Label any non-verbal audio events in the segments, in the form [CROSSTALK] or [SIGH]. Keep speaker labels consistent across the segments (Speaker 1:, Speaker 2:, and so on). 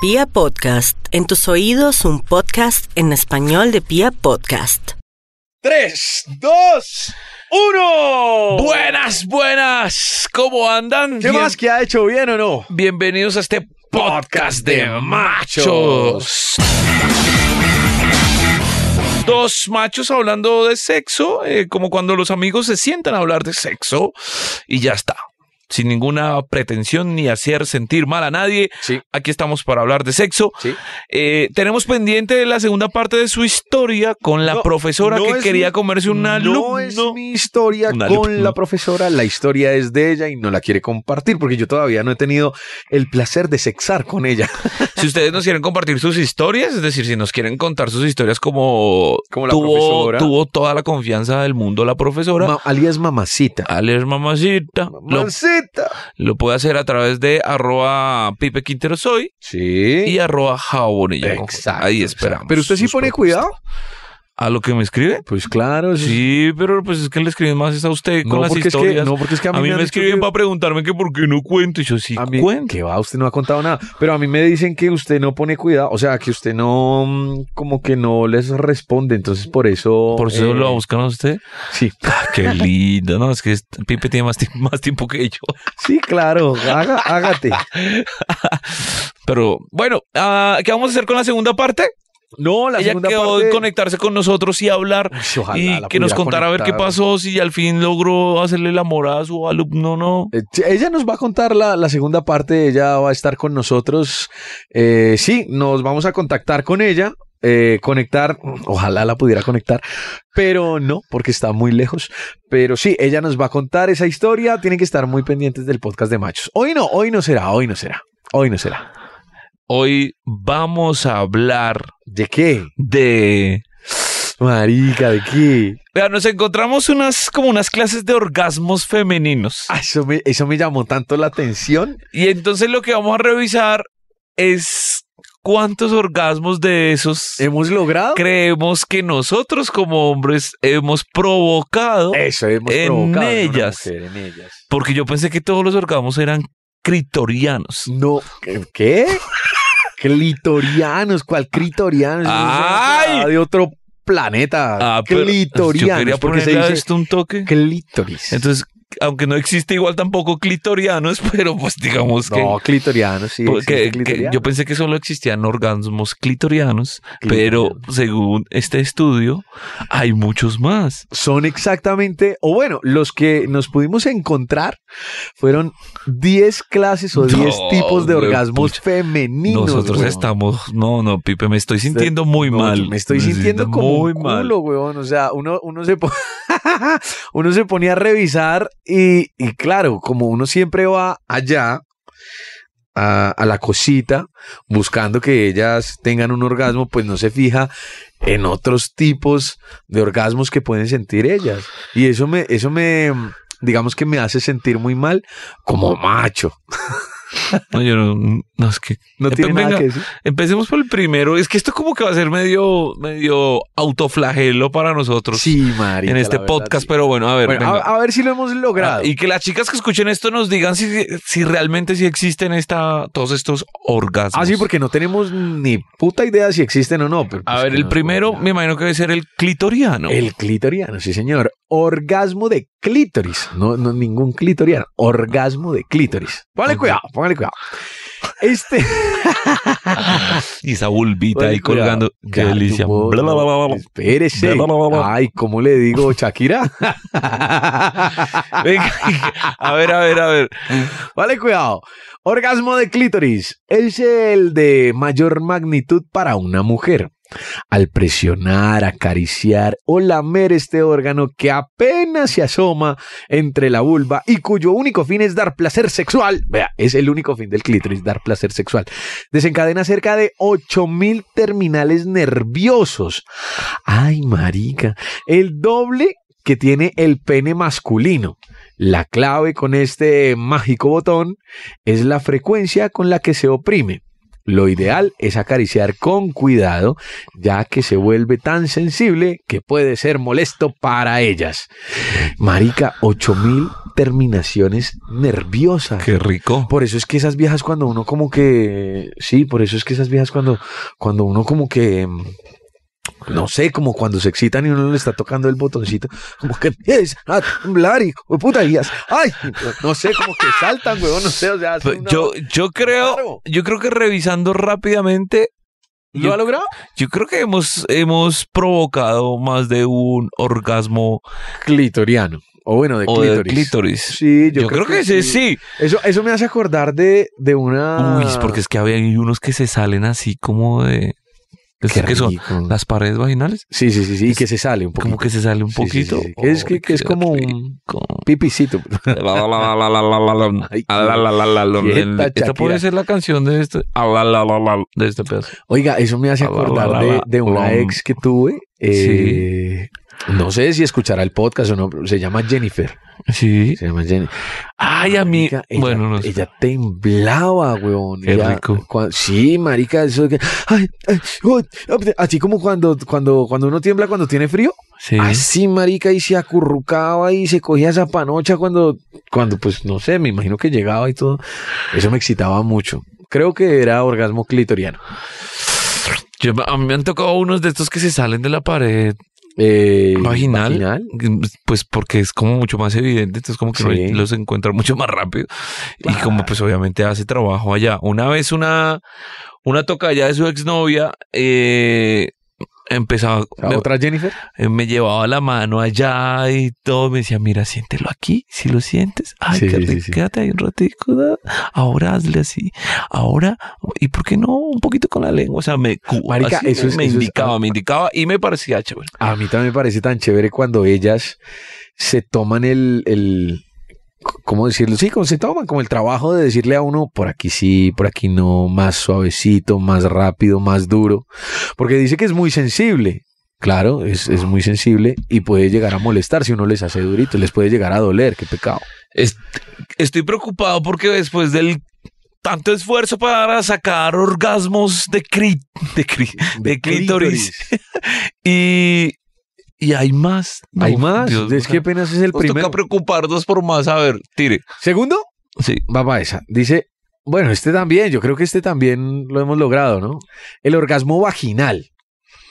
Speaker 1: Pia Podcast, en tus oídos un podcast en español de Pia Podcast.
Speaker 2: 3, 2, 1.
Speaker 3: Buenas, buenas. ¿Cómo andan?
Speaker 2: ¿Qué
Speaker 3: Bien-
Speaker 2: más que ha hecho bien o no?
Speaker 3: Bienvenidos a este podcast de machos. Dos machos hablando de sexo, eh, como cuando los amigos se sientan a hablar de sexo y ya está. Sin ninguna pretensión ni hacer sentir mal a nadie.
Speaker 2: Sí.
Speaker 3: Aquí estamos para hablar de sexo.
Speaker 2: Sí.
Speaker 3: Eh, tenemos pendiente la segunda parte de su historia con la
Speaker 2: No,
Speaker 3: profesora
Speaker 2: no
Speaker 3: que
Speaker 2: es
Speaker 3: quería
Speaker 2: mi-
Speaker 3: comerse un alumno.
Speaker 2: No es mi historia
Speaker 3: Un
Speaker 2: con
Speaker 3: alumno.
Speaker 2: la profesora, la historia es de ella y no la quiere compartir porque yo todavía no he tenido el placer de sexar con ella.
Speaker 3: Si ustedes nos quieren compartir sus historias, es decir, si nos quieren contar sus historias como,
Speaker 2: Como la
Speaker 3: tuvo,
Speaker 2: profesora.
Speaker 3: tuvo toda la confianza del mundo la profesora,
Speaker 2: Ma- alias mamacita.
Speaker 3: Alex Mamacita, lo,
Speaker 2: Mamacita.
Speaker 3: lo puede hacer a través de arroba Pipe Quintero Soy
Speaker 2: Sí.
Speaker 3: y arroba Jabonilla. Ahí esperamos. pues,
Speaker 2: Pero usted sí
Speaker 3: sus
Speaker 2: pone
Speaker 3: propuestas.
Speaker 2: cuidado.
Speaker 3: ¿A lo que me escribe?
Speaker 2: Pues claro,
Speaker 3: Sí, pero pues es que le escriben más es a usted con
Speaker 2: No,
Speaker 3: las
Speaker 2: porque es que,
Speaker 3: historias.
Speaker 2: no, porque es que
Speaker 3: a mí,
Speaker 2: han
Speaker 3: me
Speaker 2: dicho
Speaker 3: escriben
Speaker 2: que-
Speaker 3: para preguntarme que por qué no cuento. Y yo sí
Speaker 2: A mí,
Speaker 3: cuento.
Speaker 2: que va, usted no ha contado nada. Pero a mí me dicen que usted no pone cuidado, o sea, que usted no, mm, como que no les responde. Entonces, por eso.
Speaker 3: Por eso
Speaker 2: eh,
Speaker 3: lo buscan a usted.
Speaker 2: Sí,
Speaker 3: Ah, Qué lindo, ¿no? Es que este- Pipe tiene más, tiemp- más tiempo que yo.
Speaker 2: sí, claro, haga-
Speaker 3: [LAUGHS]
Speaker 2: hágate.
Speaker 3: Pero bueno, ah, ¿qué vamos a hacer con la segunda parte?
Speaker 2: No, la
Speaker 3: Ella
Speaker 2: segunda
Speaker 3: quedó
Speaker 2: parte.
Speaker 3: en conectarse con nosotros y hablar.
Speaker 2: Uy, ojalá
Speaker 3: y
Speaker 2: la
Speaker 3: que nos
Speaker 2: pudiera
Speaker 3: contara a ver qué
Speaker 2: conectar.
Speaker 3: pasó, si al fin logró hacerle la morada a su alumno o no.
Speaker 2: Eh, sí, Ella nos va a contar la, la segunda parte, ella va a estar con nosotros. Eh, sí, nos vamos a contactar con ella, eh, conectar, ojalá la pudiera conectar, pero no, porque está muy lejos. Pero sí, ella nos va a contar esa historia, tienen que estar muy pendientes del podcast de machos. Hoy no, hoy no será, hoy no será, hoy no será.
Speaker 3: Hoy vamos a hablar
Speaker 2: ¿De qué?
Speaker 3: de...
Speaker 2: Marica, ¿de qué?
Speaker 3: Vea, nos encontramos unas como unas clases de orgasmos femeninos.
Speaker 2: Ah, eso, me, eso me llamó tanto la atención.
Speaker 3: Y entonces lo que vamos a revisar es cuántos orgasmos de esos
Speaker 2: ¿Hemos logrado?
Speaker 3: creemos que nosotros como hombres hemos provocado,
Speaker 2: Eso, hemos
Speaker 3: En
Speaker 2: provocado en una
Speaker 3: ellas.
Speaker 2: mujer, en ellas.
Speaker 3: porque yo pensé que todos los orgasmos eran critorianos.
Speaker 2: No, ¿qué- ¿qué? clitorianos, ¿cuál clitorianos? Eso es una
Speaker 3: ¡Ay! Ah,
Speaker 2: jugada De otro planeta.
Speaker 3: pero Yo
Speaker 2: clitorianos,
Speaker 3: quería
Speaker 2: porque se
Speaker 3: ponerle a
Speaker 2: dice
Speaker 3: esto un toque.
Speaker 2: clítoris.
Speaker 3: Entonces, aunque no existe igual tampoco clitorianos, [LAUGHS] pero pues digamos que...
Speaker 2: no, clitorianos, sí.
Speaker 3: porque-
Speaker 2: existe
Speaker 3: que
Speaker 2: clitoriano.
Speaker 3: Pues, yo pensé que solo existían orgasmos clitorianos,
Speaker 2: Clitoriano.
Speaker 3: pero según este estudio hay muchos más.
Speaker 2: Son exactamente, o bueno, los que nos pudimos encontrar fueron 10 clases o 10
Speaker 3: No,
Speaker 2: tipos de
Speaker 3: güey,
Speaker 2: orgasmos
Speaker 3: pucha.
Speaker 2: femeninos.
Speaker 3: Nosotros
Speaker 2: weón.
Speaker 3: estamos, no, no, Pipe, me estoy sintiendo muy
Speaker 2: No,
Speaker 3: mal.
Speaker 2: yo Me estoy
Speaker 3: siento
Speaker 2: sintiendo como
Speaker 3: muy
Speaker 2: un
Speaker 3: mal.
Speaker 2: culo, weón. O sea, uno, uno, se, po- [LAUGHS] uno se pone a revisar y, y claro, como uno siempre va allá a, a la cosita buscando que ellas tengan un orgasmo, pues no se fija en otros tipos de orgasmos que pueden sentir ellas. Y eso me, eso me, digamos que me hace sentir muy mal como macho.
Speaker 3: No, yo no, no, es que
Speaker 2: No
Speaker 3: Eh,
Speaker 2: tiene
Speaker 3: pero
Speaker 2: nada
Speaker 3: venga,
Speaker 2: que decir.
Speaker 3: Empecemos por el primero. Es que esto como que va a ser medio, medio autoflagelo para nosotros
Speaker 2: Sí, marica,
Speaker 3: en
Speaker 2: la
Speaker 3: este
Speaker 2: verdad,
Speaker 3: podcast.
Speaker 2: sí.
Speaker 3: Pero bueno, a ver,
Speaker 2: Bueno,
Speaker 3: venga.
Speaker 2: a, a ver si lo hemos logrado.
Speaker 3: Ah, y que las chicas que escuchen esto nos digan si, si realmente si existen esta, todos estos orgasmos.
Speaker 2: Ah, sí, porque no tenemos ni puta idea si existen o no. pero
Speaker 3: A
Speaker 2: pues
Speaker 3: ver,
Speaker 2: que
Speaker 3: el
Speaker 2: no-
Speaker 3: primero me imagino que debe ser el clitoriano.
Speaker 2: El clitoriano, sí, señor. Orgasmo de clítoris. No, no ningún clitoriano. Orgasmo de clítoris. Póngale
Speaker 3: Ok.
Speaker 2: cuidado, póngale cuidado. Este.
Speaker 3: [LAUGHS] y esa vulvita ahí
Speaker 2: Póngale cuidado.
Speaker 3: colgando. Qué
Speaker 2: Ya,
Speaker 3: delicia.
Speaker 2: tuvo-
Speaker 3: Bla, bla, bla, bla, bla.
Speaker 2: Espérese.
Speaker 3: Bla, bla, bla, bla.
Speaker 2: Ay, ¿cómo le
Speaker 3: [LAUGHS]
Speaker 2: digo, Shakira? [LAUGHS]
Speaker 3: Venga, [LAUGHS] a ver, a ver, a ver.
Speaker 2: Vale, cuidado. Orgasmo de clítoris es el de mayor magnitud para una mujer. Al presionar, acariciar o lamer este órgano que apenas se asoma entre la vulva y cuyo único fin es dar placer sexual. Vea, es el único fin del clítoris, dar placer sexual. Desencadena cerca de 8000 terminales nerviosos. Ay, marica. El doble que tiene el pene masculino. La clave con este mágico botón es la frecuencia con la que se oprime. Lo ideal es acariciar con cuidado, ya que se vuelve tan sensible que puede ser molesto para ellas. Marica, 8000 terminaciones nerviosas.
Speaker 3: Qué rico.
Speaker 2: Por eso es que esas viejas cuando uno como que, sí, por eso es que esas viejas cuando, cuando uno como que, mm, no sé, como cuando se excitan y uno le está tocando el botoncito, como que empieza a temblar y, oh, puta, y as- ay, no sé, como que saltan, weón, no sé, o sea, hacen
Speaker 3: Pues
Speaker 2: una-
Speaker 3: Yo, yo creo,
Speaker 2: Claro.
Speaker 3: yo creo que revisando rápidamente,
Speaker 2: ¿Lo
Speaker 3: yo-
Speaker 2: ha logrado?
Speaker 3: yo creo que hemos, hemos provocado más de un orgasmo
Speaker 2: Clitoriano. O bueno, de
Speaker 3: o
Speaker 2: clítoris.
Speaker 3: de clítoris.
Speaker 2: Sí,
Speaker 3: yo, creo, que, sí, sí.
Speaker 2: Eso, eso me hace acordar de, de una.
Speaker 3: Uy, es porque es que había hay unos que se salen así como de...
Speaker 2: Qué
Speaker 3: que son
Speaker 2: rico.
Speaker 3: las paredes vaginales.
Speaker 2: Sí, sí, sí, sí. Y
Speaker 3: Es-
Speaker 2: que se sale un poquito.
Speaker 3: Como que se sale un
Speaker 2: Sí, sí, sí,
Speaker 3: poquito.
Speaker 2: sí. Que es, que, que es como un pipicito. Ay, qué- quieta,
Speaker 3: Esta
Speaker 2: Shakira.
Speaker 3: puede ser la canción de este, de este pedazo.
Speaker 2: Oiga, eso me hace
Speaker 3: Ah, la,
Speaker 2: acordar
Speaker 3: la, la,
Speaker 2: de,
Speaker 3: la.
Speaker 2: de una
Speaker 3: Lom.
Speaker 2: ex que tuve. eh, No sé si escuchará el podcast o no, pero se llama Jennifer.
Speaker 3: Sí.
Speaker 2: Se llama Jennifer.
Speaker 3: Ay, a mí.
Speaker 2: Marica, ella-
Speaker 3: Bueno, no sé.
Speaker 2: Ella temblaba, weón.
Speaker 3: Qué
Speaker 2: Ella-
Speaker 3: rico.
Speaker 2: cua- sí, marica, eso que. ay, ay, uy, así como cuando, cuando, cuando uno tiembla cuando tiene frío.
Speaker 3: Sí.
Speaker 2: Así, marica, y se acurrucaba y se cogía esa panocha cuando, cuando, pues, no sé, me imagino que llegaba y todo. Eso me excitaba mucho. Creo que era orgasmo clitoriano.
Speaker 3: Yo- a mí me han tocado unos de estos que se salen de la pared
Speaker 2: Eh,
Speaker 3: vaginal, Pues porque es como mucho más evidente. Entonces, como que
Speaker 2: Sí.
Speaker 3: uno los encuentran mucho más rápido. Y como,
Speaker 2: Claro.
Speaker 3: pues, obviamente hace trabajo allá. Una vez una, una tocaya de su exnovia, eh, empezaba.
Speaker 2: ¿A ¿Otra Jennifer?
Speaker 3: Eh, me llevaba la mano allá y todo. Me decía, mira, siéntelo aquí, si lo sientes. Ay,
Speaker 2: Sí,
Speaker 3: qué
Speaker 2: sí, sí,
Speaker 3: rico,
Speaker 2: sí.
Speaker 3: quédate ahí un ratico. da. Ahora hazle así. Ahora, ¿y por qué no? Un poquito con la lengua. O sea, me, cu-
Speaker 2: Marica,
Speaker 3: así
Speaker 2: eso es-
Speaker 3: me
Speaker 2: eso es-
Speaker 3: indicaba, me indicaba y me parecía chévere.
Speaker 2: A mí también me parece tan chévere cuando ellas se toman el, el ¿cómo decirlo? Sí, como se toman como el trabajo de decirle a uno por aquí sí, por aquí no, más suavecito, más rápido, más duro, porque dice que es muy sensible. Claro, es, es muy sensible y puede llegar a molestar si uno les hace durito, les puede llegar a doler, qué pecado.
Speaker 3: Est- estoy preocupado porque después del tanto esfuerzo para sacar orgasmos de cri, de cri- de clítoris. Y, y hay más. No,
Speaker 2: Hay más,
Speaker 3: Dios,
Speaker 2: es
Speaker 3: o
Speaker 2: que
Speaker 3: sea,
Speaker 2: apenas es el
Speaker 3: nos toca
Speaker 2: primero.
Speaker 3: preocuparnos por más. A ver, tire.
Speaker 2: Segundo,
Speaker 3: Sí.
Speaker 2: va para esa. Dice, bueno, este también, yo creo que este también lo hemos logrado, ¿no? El orgasmo vaginal.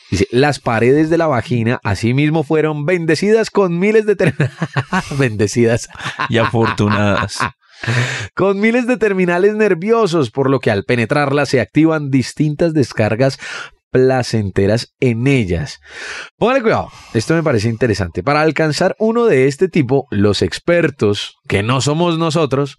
Speaker 2: Dice, las paredes de la vagina asimismo fueron bendecidas con miles de ter- [LAUGHS] bendecidas
Speaker 3: y afortunadas.
Speaker 2: con miles de terminales nerviosos, por lo que al penetrarlas se activan distintas descargas placenteras en ellas. Póngale cuidado, esto me parece interesante. Para alcanzar uno de este tipo, los expertos, que no somos nosotros,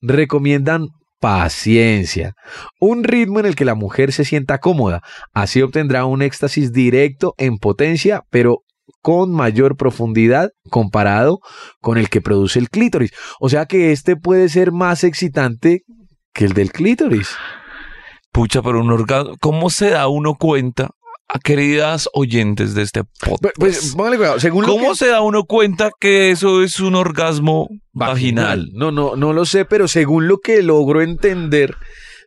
Speaker 2: recomiendan paciencia, un ritmo en el que la mujer se sienta cómoda, así obtendrá un éxtasis directo en potencia, pero con mayor profundidad comparado con el que produce el clítoris. O sea que este puede ser más excitante que el del clítoris.
Speaker 3: Pucha, pero un orgasmo. ¿Cómo se da uno cuenta, a queridas oyentes de este
Speaker 2: Pues,
Speaker 3: podcast?
Speaker 2: pues póngale cuidado, según lo
Speaker 3: ¿Cómo
Speaker 2: que-
Speaker 3: se da uno cuenta que eso es un orgasmo
Speaker 2: vaginal.
Speaker 3: vaginal?
Speaker 2: No, no, no lo sé, pero según lo que logro entender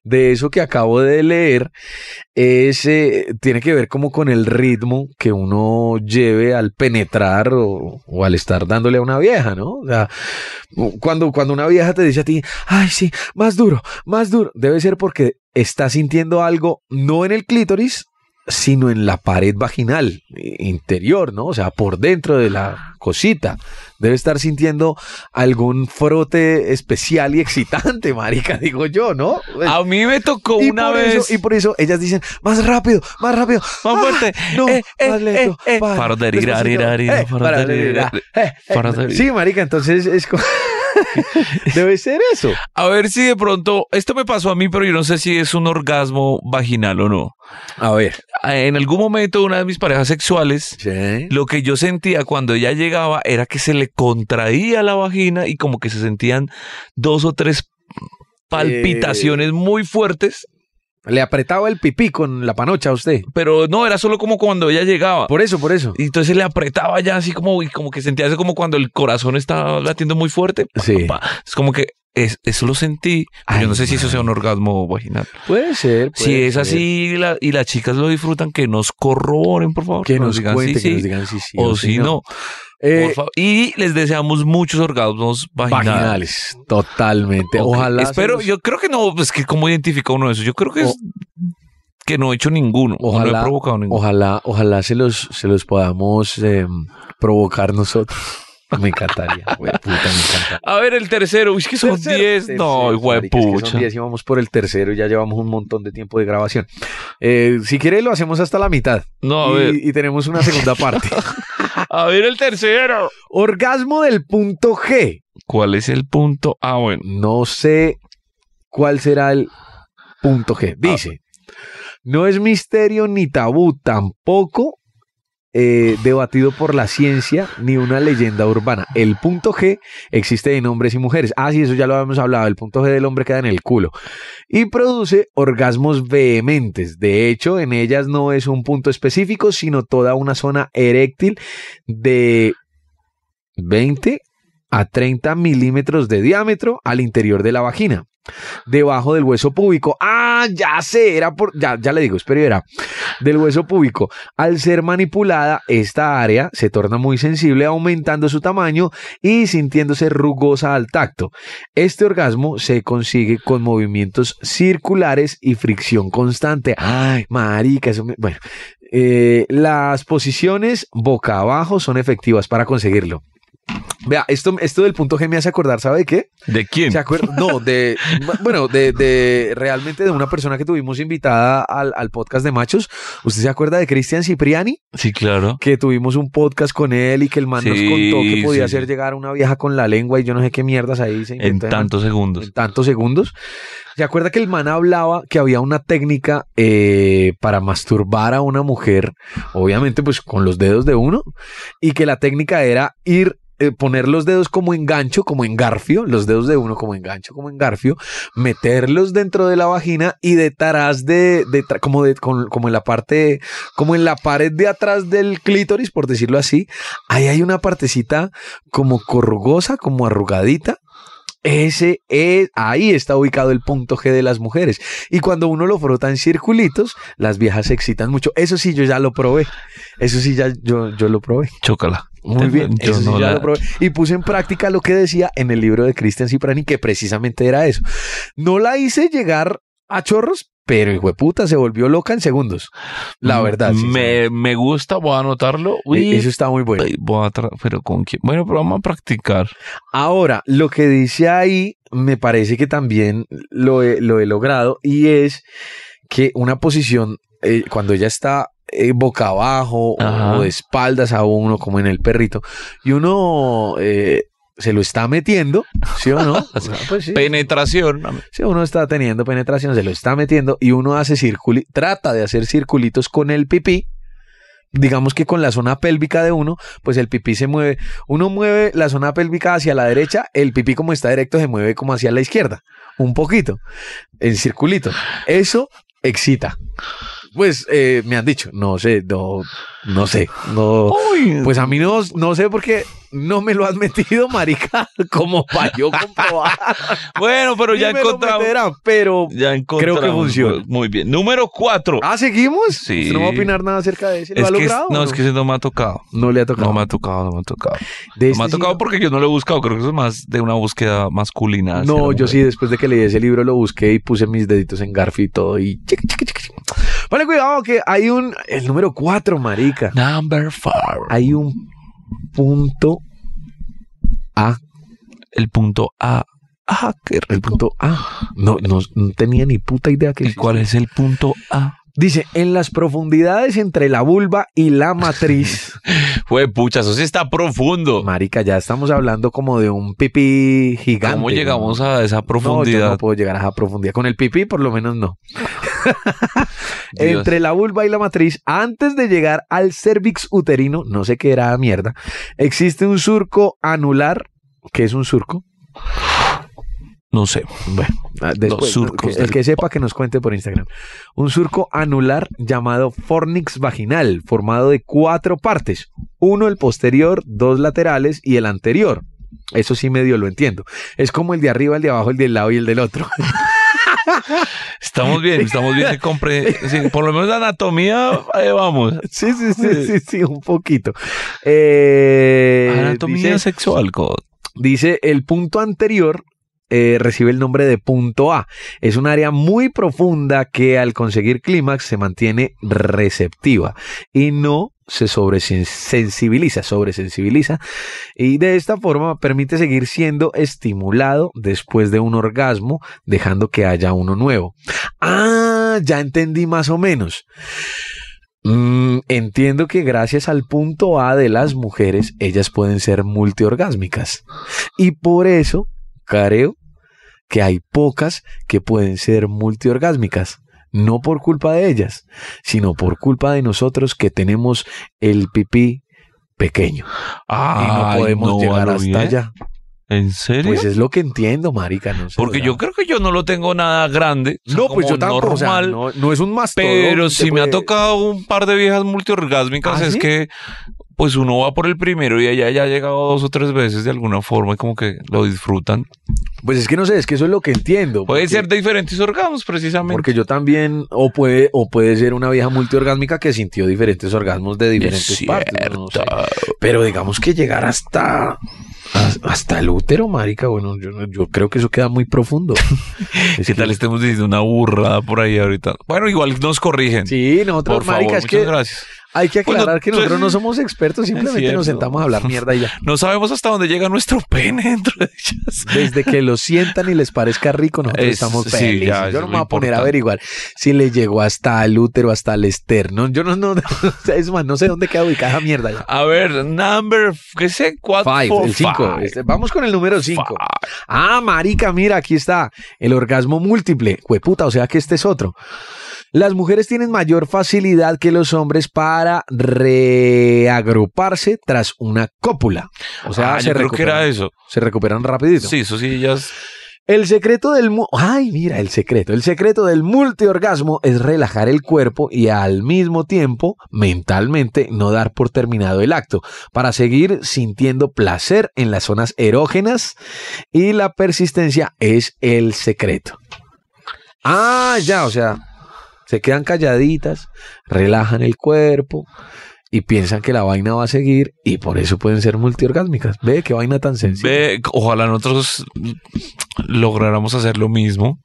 Speaker 2: de eso que acabo de leer, es, eh, tiene que ver como con el ritmo que uno lleve al penetrar o, o al estar dándole a una vieja, ¿no? O sea, cuando, cuando una vieja te dice a ti, ay, sí, más duro, más duro, debe ser porque está sintiendo algo no en el clítoris, sino en la pared vaginal eh, interior, ¿no? O sea, por dentro de
Speaker 3: Ah.
Speaker 2: la cosita. Debe estar sintiendo algún frote especial y excitante, marica, digo yo, ¿no? Pues,
Speaker 3: A mí me tocó
Speaker 2: y
Speaker 3: Ah, una
Speaker 2: por
Speaker 3: vez.
Speaker 2: Eso, y por eso ellas dicen, más rápido, más rápido.
Speaker 3: Más
Speaker 2: Ah,
Speaker 3: fuerte.
Speaker 2: No,
Speaker 3: Eh, eh,
Speaker 2: más lento.
Speaker 3: eh, eh.
Speaker 2: vale,
Speaker 3: Para de
Speaker 2: despacito,
Speaker 3: rirar, rirar,
Speaker 2: eh,
Speaker 3: para de
Speaker 2: para de
Speaker 3: rirar,
Speaker 2: rirar, eh, eh.
Speaker 3: para de rirar.
Speaker 2: Sí, marica, entonces es como... [LAUGHS] Debe ser eso.
Speaker 3: A ver si de pronto. Esto me pasó a mí, pero yo no sé si es un orgasmo vaginal o no.
Speaker 2: A ver.
Speaker 3: En algún momento, una de mis parejas sexuales Lo que yo sentía cuando ella llegaba era que se le contraía la vagina y como que se sentían dos o tres
Speaker 2: Eh.
Speaker 3: palpitaciones muy fuertes,
Speaker 2: Le apretaba el pipí con la panocha a usted.
Speaker 3: pero no, era solo como cuando ella llegaba.
Speaker 2: Por eso, por eso.
Speaker 3: Y entonces le apretaba [LAUGHS] ya así como y como que sentía eso como cuando el corazón estaba latiendo muy fuerte. Pa,
Speaker 2: Sí.
Speaker 3: pa. Es como que es- eso lo sentí. pero
Speaker 2: Ay,
Speaker 3: yo no sé si eso
Speaker 2: madre.
Speaker 3: sea un orgasmo vaginal.
Speaker 2: Puede ser.
Speaker 3: Si
Speaker 2: puede
Speaker 3: es
Speaker 2: ser.
Speaker 3: así y la- y las chicas lo disfrutan, que nos corroboren, por favor.
Speaker 2: Que nos,
Speaker 3: digan sí,
Speaker 2: cuente,
Speaker 3: sí,
Speaker 2: que nos digan si sí.
Speaker 3: o si no.
Speaker 2: Eh,
Speaker 3: Por favor. Y les deseamos muchos orgasmos vaginales.
Speaker 2: vaginales, totalmente.
Speaker 3: Ok.
Speaker 2: Ojalá.
Speaker 3: Espero,
Speaker 2: se los-
Speaker 3: yo creo que no, es que cómo identifica uno eso. Yo creo que es que no he hecho ninguno. o no
Speaker 2: Ojalá-
Speaker 3: he provocado ninguno.
Speaker 2: Ojalá, ojalá se los, se los podamos eh, provocar nosotros. [LAUGHS] Me encantaría, güey, puta, me encantaría.
Speaker 3: A ver, el tercero. Uy, es que son
Speaker 2: Tercero,
Speaker 3: 10.
Speaker 2: tercero,
Speaker 3: No,
Speaker 2: marica, es que son
Speaker 3: huepucha.
Speaker 2: 10 y vamos por el tercero y ya llevamos un montón de tiempo de grabación. Eh, si quiere lo hacemos hasta la mitad.
Speaker 3: No, a
Speaker 2: y,
Speaker 3: ver.
Speaker 2: y tenemos
Speaker 3: [LAUGHS]
Speaker 2: una segunda parte.
Speaker 3: A ver, el tercero.
Speaker 2: Orgasmo del punto G.
Speaker 3: ¿Cuál es el punto? Ah, bueno.
Speaker 2: No sé cuál será el punto G. Dice, no es misterio ni tabú tampoco eh, debatido por la ciencia ni una leyenda urbana. El punto G existe en hombres y mujeres. Ah, sí, eso ya lo habíamos hablado. El punto G del hombre queda en el culo. Y produce orgasmos vehementes. De hecho, en ellas no es un punto específico, sino toda una zona eréctil de 20 a 30 milímetros de diámetro al interior de la vagina, debajo del hueso púbico. Ah, ya sé, era por, ya, ya le digo, espero era del hueso púbico. Al ser manipulada, esta área se torna muy sensible, aumentando su tamaño y sintiéndose rugosa al tacto. Este orgasmo se consigue con movimientos circulares y fricción constante. Ay, marica, eso me- bueno. Eh, las posiciones boca abajo son efectivas para conseguirlo. Vea, esto, esto del punto G me hace acordar, ¿sabe de qué?
Speaker 3: ¿De quién?
Speaker 2: ¿Se acuerda? No, de, bueno, de, de- realmente de una persona que tuvimos invitada al, al podcast de machos. ¿Usted se acuerda de Cristian Cipriani?
Speaker 3: Sí, claro.
Speaker 2: Que tuvimos un podcast con él y que el man nos
Speaker 3: Sí,
Speaker 2: contó que podía
Speaker 3: sí,
Speaker 2: hacer
Speaker 3: sí.
Speaker 2: llegar una vieja con la lengua y yo no sé qué mierdas ahí se
Speaker 3: En
Speaker 2: inventó.
Speaker 3: tantos segundos.
Speaker 2: En tantos segundos. ¿Se acuerda que el man hablaba que había una técnica eh, para masturbar a una mujer, obviamente pues con los dedos de uno, y que la técnica era ir, eh, poner los dedos como engancho, como en garfio, los dedos de uno como engancho, como en garfio, meterlos dentro de la vagina y de detrás de, de tra- como, de, con- como en la parte, como en la pared de atrás del clítoris, por decirlo así, ahí hay una partecita como corrugosa, como arrugadita. Ese es, ahí está ubicado el punto G de las mujeres. Y cuando uno lo frota en circulitos, las viejas se excitan mucho. Eso sí, yo ya lo probé. Eso sí, ya yo, yo lo probé.
Speaker 3: Chócala.
Speaker 2: Muy bien.
Speaker 3: Yo
Speaker 2: Eso sí,
Speaker 3: no
Speaker 2: ya
Speaker 3: la-
Speaker 2: lo probé. Y puse en práctica lo que decía en el libro de Cristian Ciprani, que precisamente era eso. No la hice llegar a chorros, pero hijo de puta, se volvió loca en segundos. La verdad. sinceramente.
Speaker 3: Mm, Me, me gusta, voy a anotarlo.
Speaker 2: E-
Speaker 3: Uy,
Speaker 2: Eso está muy bueno.
Speaker 3: ay, voy a tra- pero con quién. Bueno, pero vamos a practicar.
Speaker 2: Ahora, lo que dice ahí, me parece que también lo he, lo he logrado y es que una posición, eh, cuando ella está eh, boca abajo o-
Speaker 3: Ajá.
Speaker 2: o de espaldas a uno, como en el perrito, y uno eh, se lo está metiendo, ¿sí o no? O sea, pues sí.
Speaker 3: Penetración.
Speaker 2: Si uno está teniendo penetración, se lo está metiendo y uno hace circuli trata de hacer circulitos con el pipí. Digamos que con la zona pélvica de uno, pues el pipí se mueve. Uno mueve la zona pélvica hacia la derecha, el pipí como está directo se mueve como hacia la izquierda, un poquito, en circulito. Eso excita. Pues eh, me han dicho, no sé, no, no sé, no.
Speaker 3: Uy,
Speaker 2: Pues a mí no, no sé por qué no me lo han [LAUGHS] metido, marica, como para yo comprobar.
Speaker 3: bueno, pero ya
Speaker 2: Sí me lo
Speaker 3: encontramos.
Speaker 2: meterán, pero
Speaker 3: Ya
Speaker 2: que
Speaker 3: encontramos.
Speaker 2: funciona.
Speaker 3: Muy bien. Número cuatro.
Speaker 2: ¿Ah, seguimos?
Speaker 3: Sí.
Speaker 2: Usted No va a opinar nada acerca de ese. ¿Lo
Speaker 3: es
Speaker 2: ha
Speaker 3: que es-
Speaker 2: logrado? o
Speaker 3: no, es que ese no me ha tocado.
Speaker 2: no le ha tocado.
Speaker 3: No me ha tocado, no me ha tocado. no me
Speaker 2: De
Speaker 3: ha
Speaker 2: este sí
Speaker 3: tocado
Speaker 2: no.
Speaker 3: porque yo no lo he buscado. Creo que eso es más de una búsqueda masculina. hacia
Speaker 2: No,
Speaker 3: la
Speaker 2: yo
Speaker 3: mujer.
Speaker 2: sí, después de que leí ese libro lo busqué y puse mis deditos en Garfi y todo. Y chica, chica, chica, chica. Vale, cuidado que hay un. El número cuatro, marica.
Speaker 3: Number four.
Speaker 2: Hay un punto A.
Speaker 3: El punto A. Ah, qué
Speaker 2: El
Speaker 3: rico.
Speaker 2: punto A. No, no, no tenía ni puta idea que
Speaker 3: ¿Y cuál es el punto A?
Speaker 2: Dice, en las profundidades entre la vulva y
Speaker 3: [LAUGHS]
Speaker 2: la matriz.
Speaker 3: Fue pucha, eso sí está profundo.
Speaker 2: Marica, ya estamos hablando como de un pipí gigante.
Speaker 3: ¿Cómo llegamos
Speaker 2: ¿no?
Speaker 3: a esa
Speaker 2: No, yo
Speaker 3: profundidad?
Speaker 2: no puedo llegar a esa profundidad. Con el pipí, por lo menos no.
Speaker 3: Dios.
Speaker 2: Entre la vulva y la matriz, antes de llegar al cervix uterino, no sé qué era mierda, existe un surco anular, que es un surco.
Speaker 3: No sé.
Speaker 2: Bueno, ah, después,
Speaker 3: Los surcos
Speaker 2: el que- el
Speaker 3: del
Speaker 2: que sepa que nos cuente por Instagram. Un surco anular llamado fornix vaginal, formado de cuatro partes. Uno el posterior, dos laterales y el anterior. Eso sí medio lo entiendo. Es como el de arriba, el de abajo, el del lado y el del otro.
Speaker 3: Estamos bien, estamos bien de
Speaker 2: [LAUGHS]
Speaker 3: compre- sí, por lo menos la anatomía, ahí vamos.
Speaker 2: Sí, sí, sí, sí, sí, un poquito. Eh,
Speaker 3: Anatomía
Speaker 2: dice-
Speaker 3: sexual, God.
Speaker 2: Dice, el punto anterior eh, recibe el nombre de punto A. Es un área muy profunda que al conseguir clímax se mantiene receptiva y no se sobresensibiliza, sobresensibiliza y de esta forma permite seguir siendo estimulado después de un orgasmo, dejando que haya uno nuevo. Ah, ya entendí más o menos. Mm, entiendo que gracias al punto A de las mujeres, ellas pueden ser multiorgásmicas. Y por eso creo que hay pocas que pueden ser multiorgásmicas. No por culpa de ellas, sino por culpa de nosotros que tenemos el pipí pequeño y no
Speaker 3: Ay,
Speaker 2: podemos
Speaker 3: no,
Speaker 2: llegar
Speaker 3: ¿a lo
Speaker 2: hasta
Speaker 3: bien?
Speaker 2: allá.
Speaker 3: ¿En serio?
Speaker 2: Pues es lo que entiendo, marica. No sé,
Speaker 3: Porque
Speaker 2: o
Speaker 3: yo
Speaker 2: sea.
Speaker 3: creo que yo no lo tengo nada grande. o sea,
Speaker 2: No, pues
Speaker 3: como
Speaker 2: yo tampoco. o sea,
Speaker 3: Normal,
Speaker 2: no, no es un mastodonte.
Speaker 3: pero si me ha
Speaker 2: pues.
Speaker 3: tocado un par de viejas multiorgásmicas,
Speaker 2: ¿Ah,
Speaker 3: es
Speaker 2: sí?
Speaker 3: que pues uno va por el primero y allá ya ha llegado dos o tres veces de alguna forma y como que lo disfrutan.
Speaker 2: Pues es que no sé, es que eso es lo que entiendo.
Speaker 3: Puede
Speaker 2: porque-
Speaker 3: ser de diferentes orgasmos, precisamente.
Speaker 2: Porque yo también, o puede, o puede ser una vieja multiorgásmica que sintió diferentes orgasmos de diferentes
Speaker 3: Es
Speaker 2: partes. no sé.
Speaker 3: cierto.
Speaker 2: Pero digamos que llegar hasta, has- hasta el útero, marica, bueno, yo, no- yo creo que eso queda muy profundo.
Speaker 3: [LAUGHS]
Speaker 2: Es
Speaker 3: ¿Qué
Speaker 2: que-
Speaker 3: tal este? estemos diciendo una burrada por ahí ahorita? Bueno, igual nos corrigen.
Speaker 2: Sí, nosotros,
Speaker 3: por
Speaker 2: marica,
Speaker 3: favor,
Speaker 2: es que
Speaker 3: muchas gracias.
Speaker 2: hay que aclarar
Speaker 3: Bueno,
Speaker 2: que nosotros
Speaker 3: sí.
Speaker 2: no somos expertos, simplemente nos
Speaker 3: cierto.
Speaker 2: sentamos a hablar mierda y ya.
Speaker 3: No sabemos hasta dónde llega nuestro [LAUGHS] pene dentro de ellas.
Speaker 2: Desde que lo sientan y les parezca rico, nosotros
Speaker 3: Es-
Speaker 2: estamos
Speaker 3: sí,
Speaker 2: felices.
Speaker 3: ya, eso
Speaker 2: yo
Speaker 3: es
Speaker 2: no me
Speaker 3: lo
Speaker 2: voy a poner a
Speaker 3: importante.
Speaker 2: averiguar si le llegó hasta el útero, hasta el esternón. Yo no, [LAUGHS] no, no, es más, no sé dónde queda ubicada esa mierda ya.
Speaker 3: A ver, number, qué sé, cuatro,
Speaker 2: Five,
Speaker 3: four,
Speaker 2: el 5.
Speaker 3: five.
Speaker 2: Vamos con el número 5.
Speaker 3: Five.
Speaker 2: Ah, marica, mira, aquí está. El orgasmo múltiple. Jueputa, o sea que este es otro. Las mujeres tienen mayor facilidad que los hombres para reagruparse tras una cópula. O sea,
Speaker 3: Ah,
Speaker 2: se,
Speaker 3: yo creo que era
Speaker 2: recuperan,
Speaker 3: eso.
Speaker 2: se recuperan rapidito.
Speaker 3: Sí, eso sí, ellas.
Speaker 2: El secreto del... mu- Ay, mira, el secreto. El secreto del multiorgasmo es relajar el cuerpo y al mismo tiempo, mentalmente, no dar por terminado el acto, para seguir sintiendo placer en las zonas erógenas y la persistencia es el secreto. Ah, ya, o sea, se quedan calladitas, relajan el cuerpo y piensan que la vaina va a seguir y por eso pueden ser multiorgásmicas. Ve qué vaina tan sencilla.
Speaker 3: Ve, ojalá nosotros lográramos hacer lo mismo.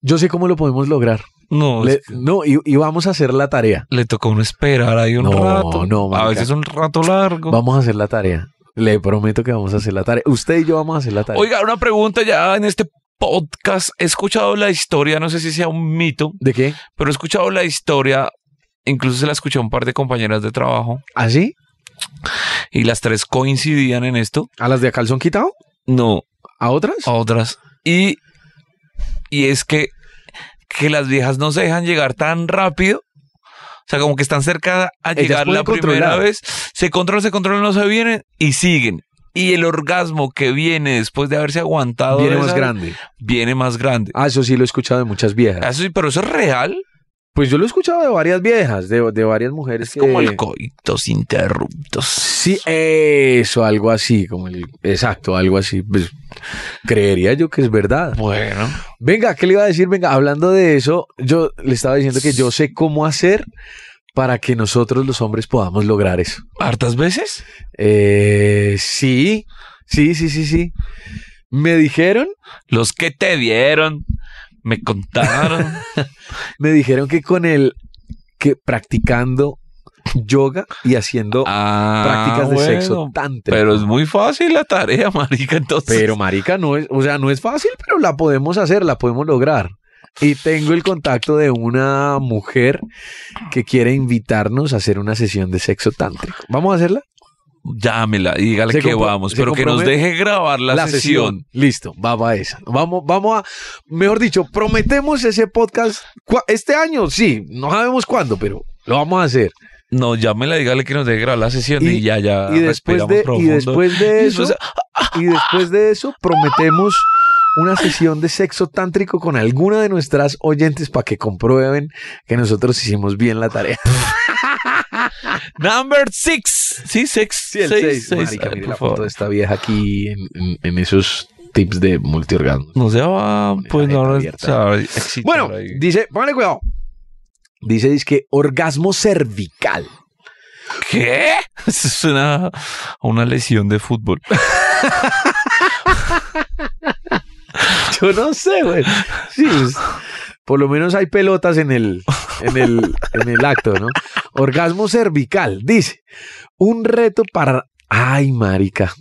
Speaker 2: Yo sé cómo lo podemos lograr.
Speaker 3: No,
Speaker 2: Le-
Speaker 3: es que
Speaker 2: no, y, y vamos a hacer la tarea.
Speaker 3: le tocó uno esperar ahí un
Speaker 2: No,
Speaker 3: rato.
Speaker 2: no, marica.
Speaker 3: a veces un rato largo.
Speaker 2: Vamos a hacer la tarea. Le prometo que vamos a hacer la tarea. Usted y yo vamos a hacer la tarea.
Speaker 3: Oiga, una pregunta ya en este podcast. He escuchado la historia, no sé si sea un mito,
Speaker 2: ¿De qué?
Speaker 3: pero he escuchado la historia. Incluso se la escuché a un par de compañeras de trabajo
Speaker 2: ¿Así?
Speaker 3: y las tres coincidían en esto.
Speaker 2: ¿A las de calzón quitado?
Speaker 3: No,
Speaker 2: ¿A otras?
Speaker 3: a otras. Y, y es que, que las viejas no se dejan llegar tan rápido. O sea, como que están cerca a
Speaker 2: Ellas
Speaker 3: llegar
Speaker 2: pueden
Speaker 3: la primera
Speaker 2: controlar.
Speaker 3: vez. Se controlan, se controlan, no se vienen y siguen. Y el orgasmo que viene después de haberse aguantado.
Speaker 2: Viene más
Speaker 3: esa-
Speaker 2: grande.
Speaker 3: Viene más grande. Ah,
Speaker 2: Ah, eso sí lo he escuchado de muchas viejas.
Speaker 3: Eso sí, pero eso es real.
Speaker 2: Pues yo lo he escuchado de varias viejas, de, de varias mujeres.
Speaker 3: Es como
Speaker 2: que-
Speaker 3: el coitos interruptos.
Speaker 2: Sí, eso, algo así, como el... Exacto, algo así. Pues, creería yo que es verdad.
Speaker 3: Bueno.
Speaker 2: Venga, ¿qué le iba a decir? Venga, hablando de eso, yo le estaba diciendo que yo sé cómo hacer para que nosotros los hombres podamos lograr eso.
Speaker 3: ¿Hartas veces?
Speaker 2: Eh, sí, sí, sí, sí, sí. Me dijeron,
Speaker 3: Los que te vieron, me contaron.
Speaker 2: me dijeron que con el que practicando yoga y haciendo
Speaker 3: Ah,
Speaker 2: prácticas de
Speaker 3: bueno,
Speaker 2: sexo tántrico.
Speaker 3: Pero es muy fácil la tarea, [LAUGHS] marica, entonces.
Speaker 2: Pero marica, no es, o sea, no es fácil, pero la podemos hacer, la podemos lograr. Y tengo el contacto de una mujer que quiere invitarnos a hacer una sesión de sexo tántrico. ¿Vamos a hacerla?
Speaker 3: Llámela, dígale
Speaker 2: Se
Speaker 3: que
Speaker 2: compro-
Speaker 3: vamos,
Speaker 2: se
Speaker 3: pero que nos
Speaker 2: compromete-
Speaker 3: deje grabar la, sesión.
Speaker 2: Listo, vamos a esa. Vamos, vamos a, mejor dicho, prometemos ese podcast cua- este año, sí, no sabemos cuándo, pero lo vamos a hacer.
Speaker 3: No, llámela, dígale que nos deje grabar la sesión y,
Speaker 2: Y-
Speaker 3: ya, ya.
Speaker 2: y, después
Speaker 3: respiramos
Speaker 2: de, y ah,
Speaker 3: profundo.
Speaker 2: después de eso,
Speaker 3: después-
Speaker 2: y después de eso, prometemos una sesión de sexo tántrico con alguna de nuestras oyentes para que comprueben que nosotros hicimos bien la tarea.
Speaker 3: Number six. Sí, six.
Speaker 2: [LAUGHS] Sí, el
Speaker 3: seis,
Speaker 2: 6.
Speaker 3: seis.
Speaker 2: Marica,
Speaker 3: Ay,
Speaker 2: mire
Speaker 3: por
Speaker 2: la foto
Speaker 3: favor.
Speaker 2: de esta vieja aquí en, en- en esos tips de multiorgasmo.
Speaker 3: No se va, pues
Speaker 2: jeta
Speaker 3: no. no-
Speaker 2: abierta.
Speaker 3: se va a excitar
Speaker 2: Bueno,
Speaker 3: ahí.
Speaker 2: dice, póngale cuidado. Dice, dice que orgasmo cervical.
Speaker 3: ¿qué? [LAUGHS] Eso suena a una lesión de fútbol.
Speaker 2: [LAUGHS] Yo no sé, güey. Sí, pues, por lo menos hay pelotas en el, en el, en el acto, ¿no? Orgasmo cervical, dice. Un reto para. Ay, marica.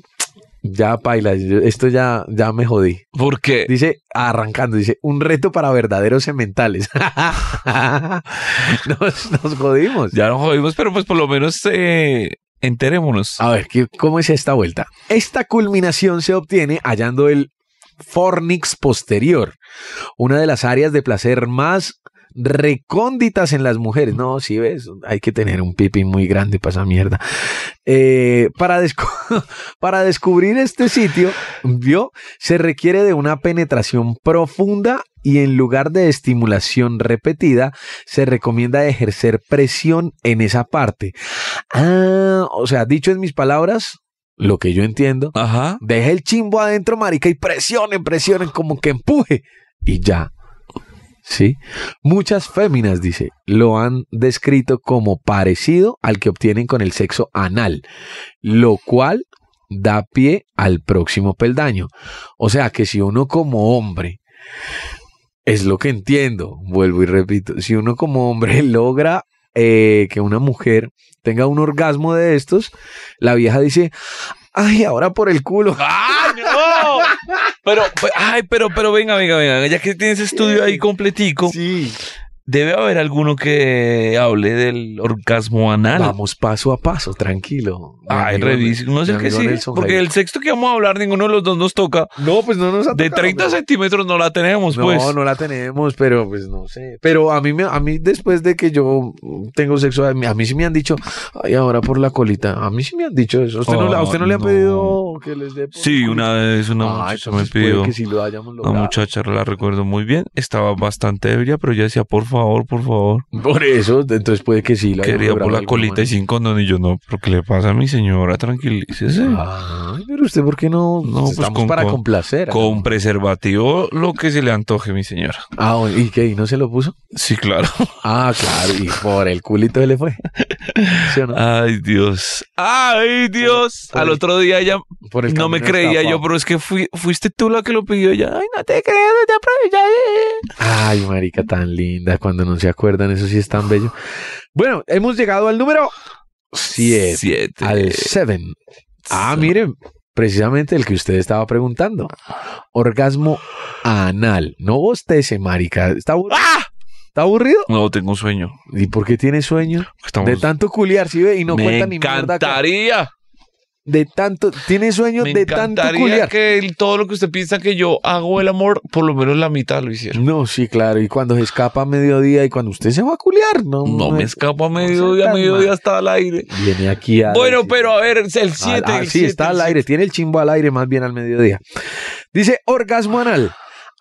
Speaker 2: Ya, paila, yo- esto ya, ya me jodí. [LAUGHS]
Speaker 3: Porque
Speaker 2: Dice, arrancando, dice, un reto para verdaderos sementales. [LAUGHS] nos, nos jodimos.
Speaker 3: ya nos jodimos, pero pues por lo menos eh, enterémonos.
Speaker 2: A ver, ¿qué- ¿cómo es esta vuelta? Esta culminación se obtiene hallando el fornix posterior, una de las áreas de placer más recónditas en las mujeres. No, si ves, hay que tener un pipi muy grande para esa mierda. Eh, para, descu- [LAUGHS] para descubrir este sitio, vio, se requiere de una penetración profunda y en lugar de estimulación repetida, se recomienda ejercer presión en esa parte. Ah, o sea, dicho en mis palabras, lo que yo entiendo,
Speaker 3: Ajá.
Speaker 2: deje el chimbo adentro, marica, y presionen, presionen, como que empuje. Y ya. ¿Sí? Muchas féminas, dice, lo han descrito como parecido al que obtienen con el sexo anal, lo cual da pie al próximo peldaño. O sea que si uno como hombre, es lo que entiendo, vuelvo y repito, si uno como hombre [LAUGHS] logra eh, que una mujer tenga un orgasmo de estos, la vieja dice, ay, ahora por el culo.
Speaker 3: ¡Ah, no! Pero, pe- ay, pero, pero venga, venga, venga. Ya que tienes estudio ahí completico,
Speaker 2: Sí.
Speaker 3: debe haber alguno que hable del orgasmo anal.
Speaker 2: Vamos paso a paso, tranquilo. Mi
Speaker 3: Ah, Ay,
Speaker 2: amigo-
Speaker 3: revisen. No sé
Speaker 2: mi
Speaker 3: qué
Speaker 2: amigo
Speaker 3: sí.
Speaker 2: Nelson
Speaker 3: Porque
Speaker 2: Jaime.
Speaker 3: el sexto que vamos a hablar, ninguno de los dos nos toca.
Speaker 2: No, pues no nos ha
Speaker 3: De
Speaker 2: tocado,
Speaker 3: 30
Speaker 2: no.
Speaker 3: centímetros no la tenemos,
Speaker 2: No,
Speaker 3: pues.
Speaker 2: no la tenemos, pero pues no sé. Pero a mí, me, a mí después de que yo tengo sexo, a mí, a mí sí me han dicho, ay, ahora por la colita. A mí sí me han dicho eso. ¿A usted no, le- a
Speaker 3: Oh,
Speaker 2: usted no le han
Speaker 3: no.
Speaker 2: pedido que les dé por
Speaker 3: Sí,
Speaker 2: la
Speaker 3: una vez una
Speaker 2: colita? Ah,
Speaker 3: muchacha me
Speaker 2: entonces puede
Speaker 3: pidió.
Speaker 2: que sí lo hayamos
Speaker 3: La
Speaker 2: logrado.
Speaker 3: muchacha la recuerdo muy bien. Estaba bastante ebria, pero yo decía, por favor, por favor.
Speaker 2: Por eso, entonces puede que sí lo hayamos
Speaker 3: Quería por
Speaker 2: logrado
Speaker 3: la
Speaker 2: de
Speaker 3: colita y
Speaker 2: alguna
Speaker 3: sin condón. Y yo, no, pero ¿qué le pasa a mi señora? Tranquilícese.
Speaker 2: Ah, manera. Ay, pero usted, ¿por qué no?
Speaker 3: No, pues,
Speaker 2: Estamos
Speaker 3: con-
Speaker 2: para
Speaker 3: con-
Speaker 2: complacer.
Speaker 3: Con preservativo, lo que se le antoje, mi señora.
Speaker 2: Ah, bueno, ¿y qué? ¿Y no se lo puso?
Speaker 3: Sí,
Speaker 2: [LAUGHS]
Speaker 3: claro.
Speaker 2: Ah, claro, y por el culito se le fue. ¿Sí o no?
Speaker 3: Ay, Dios. Ay, Dios.
Speaker 2: Por
Speaker 3: Al
Speaker 2: el-
Speaker 3: otro día ella
Speaker 2: Por el
Speaker 3: no me
Speaker 2: camino
Speaker 3: creía
Speaker 2: destapado.
Speaker 3: yo, pero es que fui, fuiste tú la que lo pidió. Ella, ay, no te creo, no te aprovechas.
Speaker 2: Ay, marica, tan linda. Cuando no se acuerdan, eso sí es tan bello. Bueno, hemos llegado al número 7.
Speaker 3: Siete.
Speaker 2: Al 7. Ah, miren, precisamente el que usted estaba preguntando. Orgasmo anal. No bostece, marica. ¿Está aburrido?
Speaker 3: ¡Ah!
Speaker 2: ¿Está aburrido?
Speaker 3: No, tengo un sueño.
Speaker 2: ¿Y por qué tiene sueño?
Speaker 3: Estamos...
Speaker 2: De tanto culiar, ¿sí ve? Y no
Speaker 3: me
Speaker 2: cuenta ni mierda. acá.
Speaker 3: encantaría.
Speaker 2: De tanto, tiene sueño
Speaker 3: Me
Speaker 2: de tanto
Speaker 3: encantaría
Speaker 2: culiar.
Speaker 3: que el- todo lo que usted piensa que yo hago el amor, por lo menos la mitad lo hiciera.
Speaker 2: No, sí, claro. Y cuando se escapa a mediodía y cuando usted se va a culiar, no.
Speaker 3: No me
Speaker 2: es-
Speaker 3: escapo a
Speaker 2: sea
Speaker 3: mediodía, a
Speaker 2: tan
Speaker 3: mediodía está al aire.
Speaker 2: Viene aquí a.
Speaker 3: Bueno,
Speaker 2: decir-
Speaker 3: pero a ver, el 7.
Speaker 2: Al- ah, sí, está al aire, tiene el chimbo al aire más bien al mediodía. Dice orgasmo anal.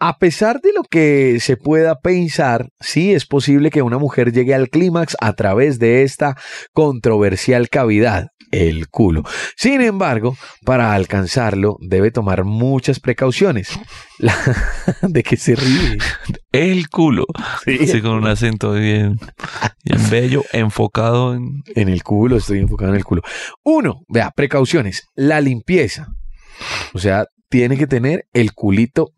Speaker 2: A pesar de lo que se pueda pensar, sí es posible que una mujer llegue al clímax a través de esta controversial cavidad, el culo. Sin embargo, para alcanzarlo debe tomar muchas precauciones. [LAUGHS] La- ¿De qué se ríe?
Speaker 3: El culo.
Speaker 2: Sí.
Speaker 3: Sí, con un acento bien, bien bello, enfocado en.
Speaker 2: En el culo, estoy enfocado en el culo. Uno, vea, precauciones. La limpieza. O sea, tiene que tener el culito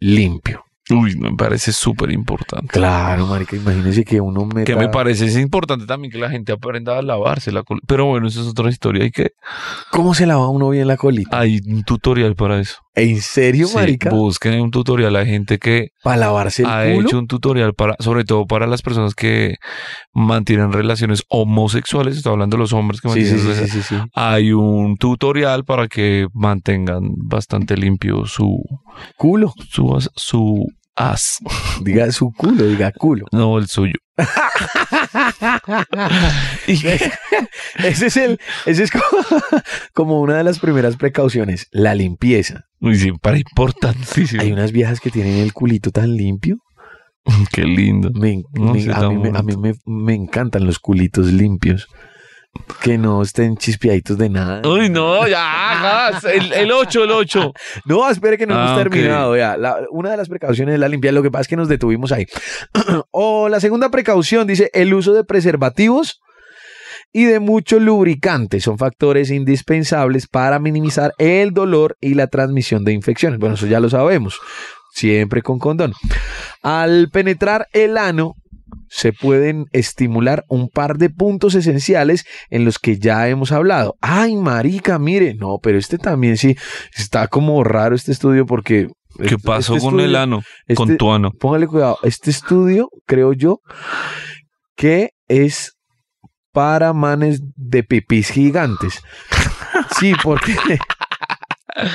Speaker 2: limpio.
Speaker 3: Uy, me parece súper importante.
Speaker 2: Claro, marica, imagínese que uno meta...
Speaker 3: Que me parece es importante también que la gente aprenda a lavarse la col- Pero bueno, eso es otra historia. Hay que.
Speaker 2: ¿Cómo se lava uno bien la colita?
Speaker 3: Hay un tutorial para eso.
Speaker 2: ¿En serio,
Speaker 3: Sí,
Speaker 2: marica?
Speaker 3: busquen un tutorial. Hay gente que
Speaker 2: ¿Para lavarse el
Speaker 3: ha
Speaker 2: culo?
Speaker 3: hecho un tutorial para, sobre todo para las personas que mantienen relaciones homosexuales. Estoy hablando de los hombres que
Speaker 2: Sí,
Speaker 3: mantienen
Speaker 2: sí, sí,
Speaker 3: relaciones.
Speaker 2: sí, sí, sí.
Speaker 3: Hay un tutorial para que mantengan bastante limpio su
Speaker 2: Culo.
Speaker 3: su as- su as,
Speaker 2: Diga su culo, diga culo.
Speaker 3: no el suyo. [LAUGHS] Y que-
Speaker 2: [LAUGHS] Ese es el... Ese es como, [LAUGHS] como una de las primeras precauciones. La limpieza.
Speaker 3: Uy, sí, para importantísimo.
Speaker 2: Hay unas viejas que tienen el culito tan limpio.
Speaker 3: Qué lindo.
Speaker 2: Me, en-
Speaker 3: No
Speaker 2: me-
Speaker 3: sé,
Speaker 2: a
Speaker 3: tan
Speaker 2: mí, me, a mí me- me encantan los culitos limpios. Que no estén chispeaditos de nada.
Speaker 3: Uy, no, ya, gas, el, el 8, el 8.
Speaker 2: Ah, No, espere que no hemos
Speaker 3: Ah, ok.
Speaker 2: terminado. vea. La- una de las precauciones es la limpieza. Lo que pasa es que nos detuvimos ahí. [CLEARS THROAT] o la segunda precaución dice el uso de preservativos y de mucho lubricante. Son factores indispensables para minimizar el dolor y la transmisión de infecciones. Bueno, eso ya lo sabemos. Siempre con condón. Al penetrar el ano, se pueden estimular un par de puntos esenciales en los que ya hemos hablado. Ay, marica, mire, no, pero este también sí está como raro este estudio porque
Speaker 3: ¿Qué
Speaker 2: este
Speaker 3: pasó con el ano? Con tu ano.
Speaker 2: Póngale cuidado, este estudio creo yo que es para manes de pipis gigantes. Sí, porque [LAUGHS]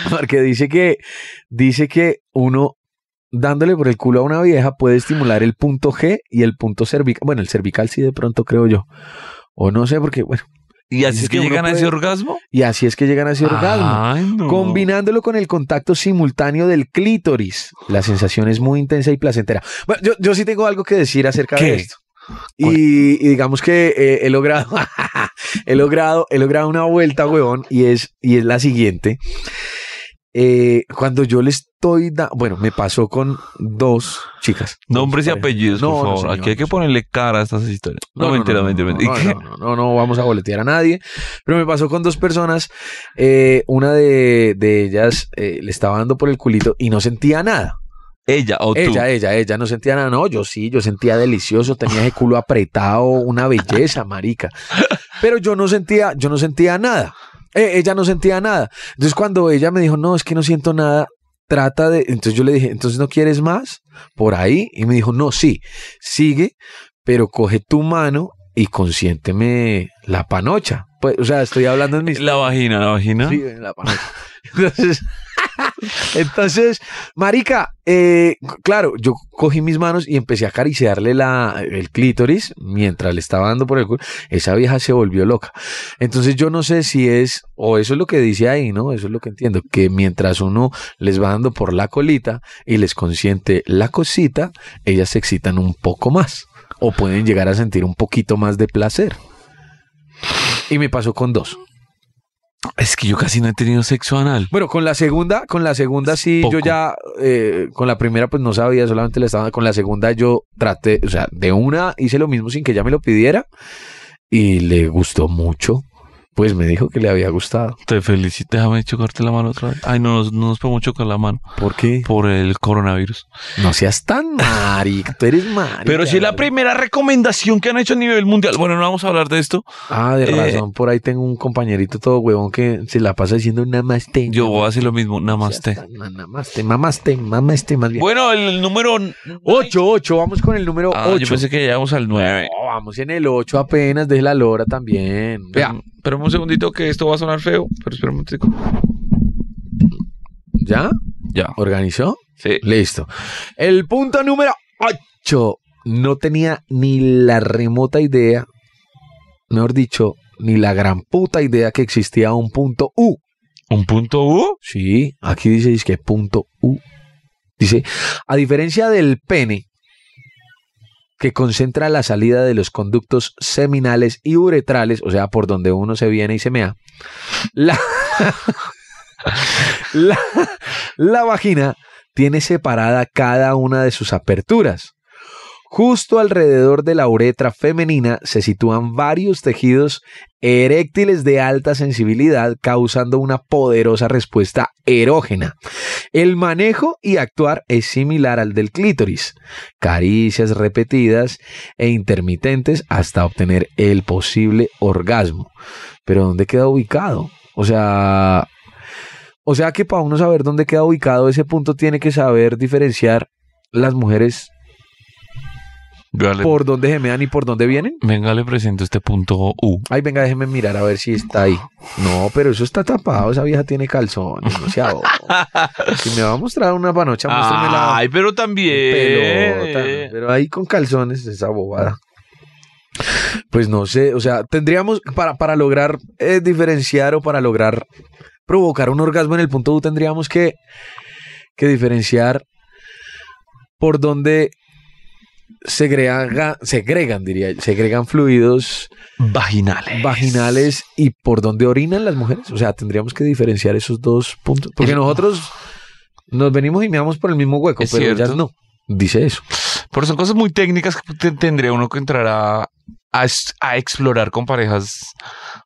Speaker 2: porque dice que dice que uno dándole por el culo a una vieja puede estimular el punto G y el punto cervical. Bueno, el cervical sí de pronto creo yo. O no sé porque bueno,
Speaker 3: ¿Y así
Speaker 2: Dice
Speaker 3: es que,
Speaker 2: que uno
Speaker 3: llegan a ese
Speaker 2: puede-
Speaker 3: orgasmo?
Speaker 2: y así es que llegan a ese orgasmo.
Speaker 3: Ay, no.
Speaker 2: Combinándolo con el contacto simultáneo del clítoris, la sensación es muy intensa y placentera. Bueno, yo, yo sí tengo algo que decir acerca
Speaker 3: ¿Qué?
Speaker 2: de esto. Y, y digamos que eh, he logrado, [LAUGHS] he logrado, he logrado una vuelta, huevón, y es, y es la siguiente. Eh, cuando yo le estoy da- bueno, me pasó con dos chicas.
Speaker 3: Nombres y
Speaker 2: Pareja.
Speaker 3: apellidos,
Speaker 2: Pues, No,
Speaker 3: por
Speaker 2: no,
Speaker 3: favor.
Speaker 2: señor,
Speaker 3: Aquí hay
Speaker 2: no,
Speaker 3: que ponerle cara a estas historias. No, mentira, mentira, mentira.
Speaker 2: No,
Speaker 3: ¿Y qué?
Speaker 2: no, no, no, no vamos a boletear a nadie. Pero me pasó con dos personas. eh, una de, de ellas eh, le estaba dando por el culito y no sentía nada.
Speaker 3: [LAUGHS] Ella o tú.
Speaker 2: Ella, ella, ella no sentía nada. No, yo sí, yo sentía delicioso, tenía ese culo apretado, una belleza, marica. Pero yo no sentía, yo no sentía nada. Eh, ella no sentía nada. Entonces cuando ella me dijo, no, es que no siento nada, trata de... Entonces yo le dije, entonces no quieres más por ahí. Y me dijo, no, sí, sigue, pero coge tu mano y consiénteme la panocha. Pues, o sea, estoy hablando en mis...
Speaker 3: La vagina, la vagina.
Speaker 2: Sí, en la panocha. [LAUGHS] Entonces, [LAUGHS] entonces marica, eh, c- claro, yo cogí mis manos y empecé a acariciarle la, el clítoris mientras le estaba dando por el culo. Esa vieja se volvió loca. Entonces yo no sé si es, o eso es lo que dice ahí, ¿no? Eso es lo que entiendo, que mientras uno les va dando por la colita y les consiente la cosita, ellas se excitan un poco más o pueden llegar a sentir un poquito más de placer. Y me pasó con dos.
Speaker 3: Es que yo casi no he tenido sexo anal.
Speaker 2: Bueno, con la segunda, con la segunda sí,
Speaker 3: Poco.
Speaker 2: yo ya, eh, con la primera pues no sabía, solamente la estaba, con la segunda yo traté, o sea, de una hice lo mismo sin que ella me lo pidiera y le gustó mucho, pues me dijo que le había gustado.
Speaker 3: Te felicito. Déjame chocarte la mano otra vez. Ay, no, nos- no nos podemos chocar la mano
Speaker 2: ¿Por qué?
Speaker 3: por el coronavirus.
Speaker 2: No seas tan marica, tú eres marica.
Speaker 3: Pero si es la
Speaker 2: ¿verdad?
Speaker 3: primera recomendación que han hecho a nivel mundial. Bueno, no vamos a hablar de esto.
Speaker 2: Ah, de
Speaker 3: eh,
Speaker 2: razón, por ahí tengo un compañerito todo huevón que se la pasa diciendo namaste.
Speaker 3: Yo voy a decir lo mismo. Nada más te.
Speaker 2: Namaste, mamaste, mamaste más bien.
Speaker 3: Bueno, el número 8.
Speaker 2: Ocho, ocho, vamos con el número
Speaker 3: Ah, yo
Speaker 2: ocho.
Speaker 3: pensé que llegamos al 9.
Speaker 2: No, vamos en el 8 apenas, de la lora también.
Speaker 3: Vea, espérame un segundito que esto va a sonar feo, pero espérame un segundito.
Speaker 2: ¿Ya?
Speaker 3: Ya.
Speaker 2: ¿Organizó?
Speaker 3: Sí.
Speaker 2: Listo. El punto número 8. No tenía ni la remota idea, mejor dicho, ni la gran puta idea que existía un punto U.
Speaker 3: ¿Un punto U?
Speaker 2: Sí, aquí dice, dice que punto U. Dice, a diferencia del pene, que concentra la salida de los conductos seminales y uretrales, o sea, por donde uno se viene y se mea, la, [LAUGHS] la, la vagina tiene separada cada una de sus aperturas. Justo alrededor de la uretra femenina se sitúan varios tejidos eréctiles de alta sensibilidad, causando una poderosa respuesta erógena. El manejo y actuar es similar al del clítoris, caricias repetidas e intermitentes hasta obtener el posible orgasmo. Pero ¿dónde queda ubicado? O sea, o sea que para uno saber dónde queda ubicado ese punto tiene que saber diferenciar las mujeres
Speaker 3: Vale.
Speaker 2: por dónde gemean y por dónde vienen.
Speaker 3: Venga, le presento este punto U.
Speaker 2: Ay, venga, déjeme mirar a ver si está ahí. No, pero eso está tapado. Esa vieja tiene calzones. No se ahoga. Si me va a mostrar una panocha, muéstrame este la
Speaker 3: Ay, pero también.
Speaker 2: pelota. ¿no? Pero ahí con calzones, esa bobada. Pues no sé. O sea, tendríamos para, para lograr eh, diferenciar o para lograr provocar un orgasmo en el punto U, tendríamos que, que diferenciar por dónde segrega- segregan, diría yo, segregan fluidos
Speaker 3: Vaginales.
Speaker 2: Pues. vaginales y por donde orinan las mujeres. O sea, tendríamos que diferenciar esos dos puntos. Porque
Speaker 3: Es-
Speaker 2: nosotros nos venimos y meamos por el mismo hueco,
Speaker 3: Es
Speaker 2: pero ellas
Speaker 3: cierto.
Speaker 2: no. Dice eso.
Speaker 3: Pero son cosas muy técnicas que te- tendría uno que entrar a, a, es- a explorar con parejas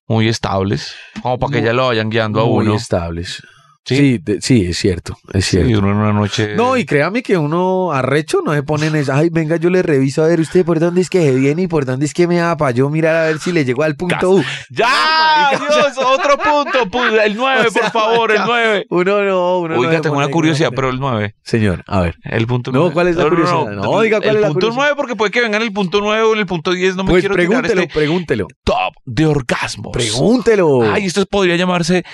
Speaker 3: muy estables. Como para que
Speaker 2: Muy-
Speaker 3: ya lo vayan guiando a
Speaker 2: Muy
Speaker 3: uno.
Speaker 2: estables.
Speaker 3: Sí.
Speaker 2: Sí, de- sí, es cierto, es
Speaker 3: Sí,
Speaker 2: cierto.
Speaker 3: uno en una noche.
Speaker 2: No, y créame que uno arrecho no se pone en eso. Ay, venga, yo le reviso a ver usted por dónde es que se viene y por dónde es que me da para yo mirar a ver si le llegó al punto U.
Speaker 3: ¡Ya! Dios, otro [LAUGHS] punto. pu- El 9,
Speaker 2: O sea,
Speaker 3: por favor, el
Speaker 2: ya.
Speaker 3: 9.
Speaker 2: Uno no, uno no.
Speaker 3: Oiga,
Speaker 2: se
Speaker 3: tengo
Speaker 2: pone
Speaker 3: una
Speaker 2: ahí,
Speaker 3: curiosidad,
Speaker 2: uno no.
Speaker 3: pero el 9.
Speaker 2: Señor, a ver.
Speaker 3: El punto
Speaker 2: No,
Speaker 3: nueve.
Speaker 2: ¿cuál es la curiosidad? No, diga, ¿cuál
Speaker 3: el
Speaker 2: es la
Speaker 3: punto
Speaker 2: curiosidad?
Speaker 3: 9 porque puede que venga en el punto 9 o en el punto 10. No me
Speaker 2: Pues
Speaker 3: quiero tirar
Speaker 2: pregúntelo,
Speaker 3: este
Speaker 2: pregúntelo.
Speaker 3: top de orgasmos.
Speaker 2: Pregúntelo.
Speaker 3: Ay, esto podría llamarse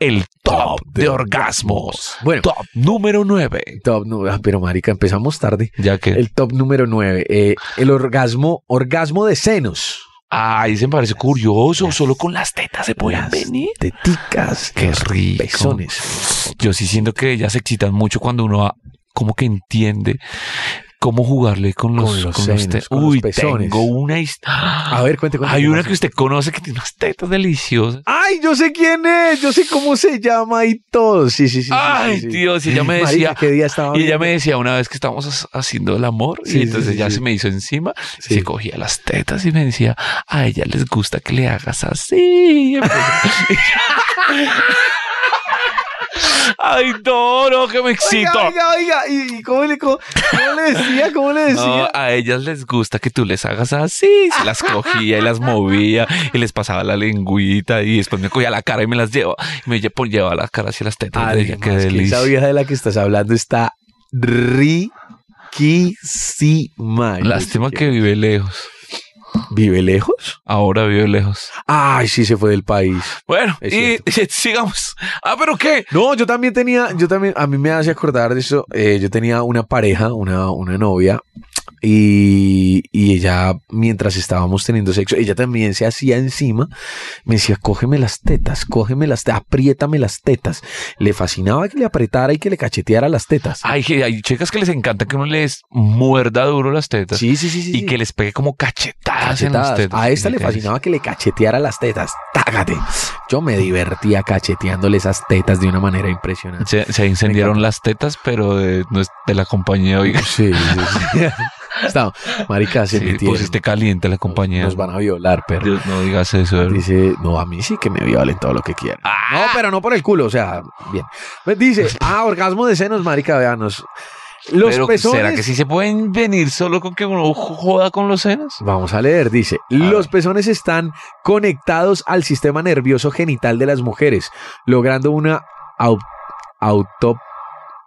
Speaker 3: el top,
Speaker 2: Top
Speaker 3: de,
Speaker 2: de
Speaker 3: orgasmos.
Speaker 2: orgasmos. Bueno.
Speaker 3: Top número 9.
Speaker 2: Top nu- ah, pero marica, empezamos tarde.
Speaker 3: Ya que.
Speaker 2: El top número 9. el orgasmo, orgasmo de senos.
Speaker 3: Ay, se me parece curioso. Solo con las tetas se pueden
Speaker 2: Las
Speaker 3: venir.
Speaker 2: Teticas.
Speaker 3: Qué
Speaker 2: los
Speaker 3: rico.
Speaker 2: Pezones.
Speaker 3: Yo sí siento que ellas se excitan mucho cuando uno ah, como que entiende cómo jugarle con los,
Speaker 2: Con los
Speaker 3: con los
Speaker 2: senos,
Speaker 3: te-
Speaker 2: con los
Speaker 3: Uy,
Speaker 2: pezones.
Speaker 3: tengo una hist-
Speaker 2: A ver, cuente, cuente.
Speaker 3: Hay
Speaker 2: ¿qué
Speaker 3: una
Speaker 2: más?
Speaker 3: que usted conoce que tiene unas tetas deliciosas.
Speaker 2: Ay, yo sé quién es, yo sé cómo se llama y todo. Sí, sí, sí. sí,
Speaker 3: Ay,
Speaker 2: sí, sí.
Speaker 3: Dios, y ella me
Speaker 2: Marica,
Speaker 3: decía,
Speaker 2: ¿qué día estaba
Speaker 3: y ella
Speaker 2: viendo?
Speaker 3: me decía una vez que estábamos as- haciendo el amor,
Speaker 2: Sí,
Speaker 3: y entonces
Speaker 2: sí,
Speaker 3: ella
Speaker 2: sí.
Speaker 3: se me hizo encima,
Speaker 2: Sí.
Speaker 3: se cogía las tetas y me decía, a ella les gusta que le hagas así. Y empezó- [LAUGHS] Ay, no, no, que me excito.
Speaker 2: Oiga, oiga, oiga, ¿y y cómo le, cómo- cómo le decía? ¿Cómo le
Speaker 3: No,
Speaker 2: decía?
Speaker 3: a ellas les gusta que tú les hagas así. Se las cogía y las movía y les pasaba la lengüita y después me cogía la cara y me las llevaba. Y me lle- pon- llevaba la cara hacia las tetas. y decía,
Speaker 2: Además,
Speaker 3: qué
Speaker 2: que
Speaker 3: delicia.
Speaker 2: esa vieja de la que estás hablando está riquísima. Yo
Speaker 3: Lástima
Speaker 2: sé
Speaker 3: que vive lejos.
Speaker 2: ¿Vive lejos?
Speaker 3: Ahora vive lejos.
Speaker 2: Ay, sí, se fue del país.
Speaker 3: Bueno,
Speaker 2: Es
Speaker 3: y [LAUGHS] sigamos. Ah, pero qué.
Speaker 2: No, yo también tenía, yo también, a mí me hace acordar de eso. eh, yo tenía una pareja, una, una novia, y, y ella, mientras estábamos teniendo sexo, ella también se hacía encima. Me decía, cógeme las tetas, cógeme las tetas, apriétame las tetas. Le fascinaba que le apretara y que le cacheteara las tetas.
Speaker 3: Ay, que hay chicas que les encanta que uno les muerda duro las tetas
Speaker 2: sí, sí, sí, sí.
Speaker 3: y
Speaker 2: sí.
Speaker 3: que les pegue como cachetadas, en las
Speaker 2: Cachetadas.
Speaker 3: tetas.
Speaker 2: A esta le
Speaker 3: Mira,
Speaker 2: fascinaba que le cacheteara las tetas. Tágate. Yo me divertía cacheteándole esas tetas de una manera impresionante.
Speaker 3: Se, se incendiaron las tetas, pero de, no es de la compañía, oiga.
Speaker 2: Sí, sí,
Speaker 3: [LAUGHS]
Speaker 2: sí. Está, marica, [LAUGHS] se
Speaker 3: Sí,
Speaker 2: metieron.
Speaker 3: pusiste caliente la compañía.
Speaker 2: Nos van a violar, perro.
Speaker 3: Dios, no digas eso. hermano.
Speaker 2: Dice, no, a mí sí que me violen todo lo que quieran. No,
Speaker 3: Ah.
Speaker 2: pero no por el culo, o sea, bien. Pues dice, ah, orgasmo de senos, marica, veanos. Los
Speaker 3: Pero,
Speaker 2: pezones...
Speaker 3: ¿Será que sí se pueden venir solo con que uno joda con los senos?
Speaker 2: Vamos a leer, dice, los pezones están conectados al sistema nervioso genital de las mujeres, logrando una au- auto...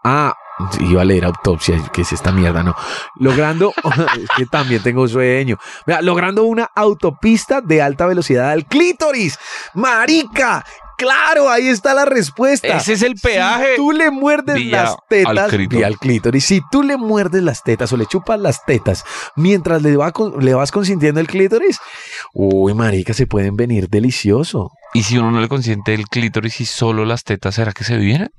Speaker 2: Ah, iba a leer autopsia, que es esta mierda, no. Logrando, [LAUGHS] es que también tengo sueño. Vea, logrando una autopista de alta velocidad al clítoris. Marica, claro, ahí está la respuesta.
Speaker 3: Ese es el [LAUGHS]
Speaker 2: Si
Speaker 3: peaje.
Speaker 2: tú le muerdes
Speaker 3: Vía
Speaker 2: las tetas
Speaker 3: al clítoris.
Speaker 2: vía al clítoris. Si tú le muerdes las tetas o le chupas las tetas mientras le, va con- le vas consintiendo el clítoris, uy, marica, se pueden venir delicioso.
Speaker 3: Y si uno no le consiente el clítoris y solo las tetas, ¿será que se vienen?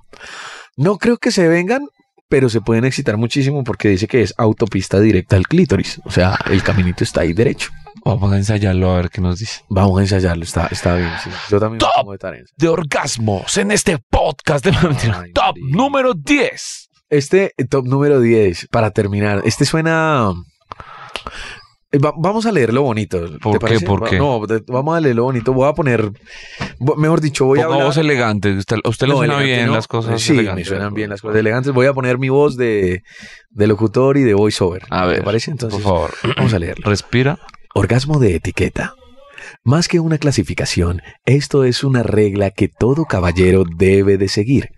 Speaker 2: No creo que se vengan, pero se pueden excitar muchísimo porque dice que es autopista directa al clítoris. O sea, el caminito está ahí derecho.
Speaker 3: Vamos a ensayarlo a ver qué nos dice.
Speaker 2: Vamos a ensayarlo, está, está bien. sí. Yo también
Speaker 3: Top.
Speaker 2: me pongo de tarea.
Speaker 3: De orgasmos en este podcast de mentira.
Speaker 2: Ay,
Speaker 3: Top
Speaker 2: marica.
Speaker 3: número 10.
Speaker 2: Este eh, top número 10, para terminar, este suena... Eh, va- vamos a leer lo bonito. ¿te
Speaker 3: ¿Por qué?
Speaker 2: parece?
Speaker 3: ¿Por
Speaker 2: Va-
Speaker 3: qué?
Speaker 2: No, te- vamos a leer lo bonito. Voy a poner, bo- mejor dicho, voy
Speaker 3: Ponga
Speaker 2: a hablar...
Speaker 3: voz elegante. Usted, a usted le
Speaker 2: No,
Speaker 3: suena
Speaker 2: elegante
Speaker 3: bien
Speaker 2: no.
Speaker 3: las cosas.
Speaker 2: Sí, me
Speaker 3: elegantes,
Speaker 2: suenan
Speaker 3: ¿verdad?
Speaker 2: bien las cosas elegantes. Voy a poner mi voz de, de locutor y de voiceover.
Speaker 3: A ver,
Speaker 2: ¿Te parece? Entonces,
Speaker 3: por favor,
Speaker 2: vamos a leerlo.
Speaker 3: respira.
Speaker 2: Orgasmo de etiqueta. Más que una clasificación, esto es una regla que todo caballero debe de seguir.